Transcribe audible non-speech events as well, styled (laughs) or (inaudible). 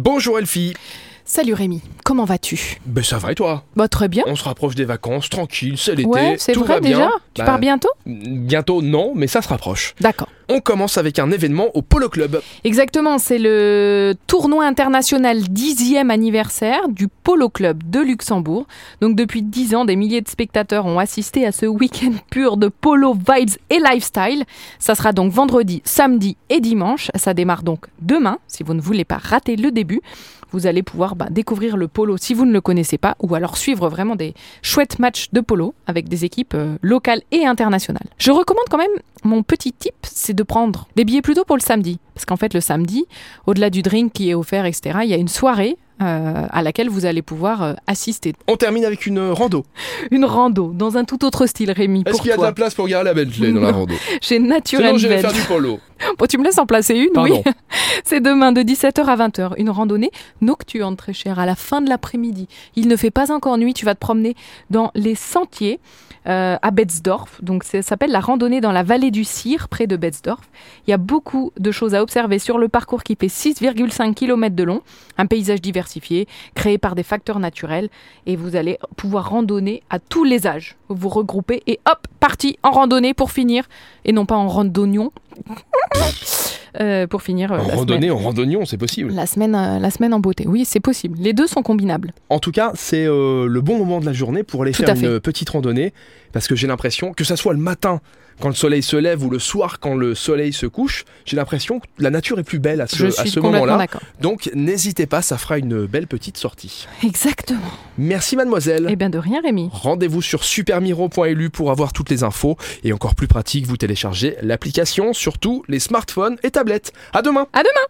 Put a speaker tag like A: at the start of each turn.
A: Bonjour Elfie.
B: Salut Rémi, comment vas-tu
A: Ben ça va et toi
B: Bah très bien.
A: On se rapproche des vacances, tranquille, c'est l'été,
B: ouais, c'est
A: tout
B: vrai
A: va
B: déjà
A: bien.
B: Tu
A: Bah,
B: pars bientôt
A: Bientôt non, mais ça se rapproche.
B: D'accord.
A: On commence avec un événement au Polo Club.
B: Exactement, c'est le tournoi international 10e anniversaire du Polo Club de Luxembourg. Donc depuis 10 ans, des milliers de spectateurs ont assisté à ce week-end pur de polo vibes et lifestyle. Ça sera donc vendredi, samedi et dimanche. Ça démarre donc demain, si vous ne voulez pas rater le début. Vous allez pouvoir bah, découvrir le polo si vous ne le connaissez pas, ou alors suivre vraiment des chouettes matchs de polo avec des équipes euh, locales et internationales. Je recommande quand même mon petit tip, c'est de prendre des billets plutôt pour le samedi. Parce qu'en fait, le samedi, au-delà du drink qui est offert, etc., il y a une soirée euh, à laquelle vous allez pouvoir euh, assister.
A: On termine avec une rando.
B: Une rando, dans un tout autre style, Rémi,
A: Est-ce
B: pour
A: qu'il y a de la
B: toi.
A: place pour garer la Bentley dans la
B: Non.
A: rando
B: (laughs) J'ai
A: Sinon
B: Natural
A: j'irai
B: Veg.
A: faire du polo.
B: Bon, tu me laisses en placer une, oui.
A: Pardon.
B: (laughs) C'est demain de 17h à 20h, une randonnée nocturne très chère, à la fin de l'après-midi. Il ne fait pas encore nuit, tu vas te promener dans les sentiers euh, à Betzdorf. Donc ça s'appelle la randonnée dans la vallée du Cire, près de Betzdorf. Il y a beaucoup de choses à observer sur le parcours qui fait 6,5 km de long, un paysage diversifié, créé par des facteurs naturels, et vous allez pouvoir randonner à tous les âges. Vous vous regroupez et hop, parti en randonnée pour finir, et non pas en randonnion. (laughs) Euh, pour finir euh,
A: En
B: la semaine.
A: randonnée, en randonnion, c'est possible.
B: La semaine, euh, la semaine en beauté, oui, c'est possible. Les deux sont combinables.
A: En tout cas, c'est euh, le bon moment de la journée pour aller
B: Tout à
A: faire
B: fait.
A: une petite randonnée, parce que j'ai l'impression, que ça soit le matin quand le soleil se lève ou le soir quand le soleil se couche, j'ai l'impression que la nature est plus belle à ce,
B: Je
A: à
B: suis
A: ce
B: complètement
A: moment-là.
B: d'accord. (laughs)
A: Donc n'hésitez pas, ça fera une belle petite sortie.
B: Exactement.
A: Merci mademoiselle.
B: Eh bien, de rien, Rémi.
A: Rendez-vous sur supermiro.lu pour avoir toutes les infos et encore plus pratique, vous téléchargez l'application, surtout les smartphones et tablettes. À demain.
B: À demain!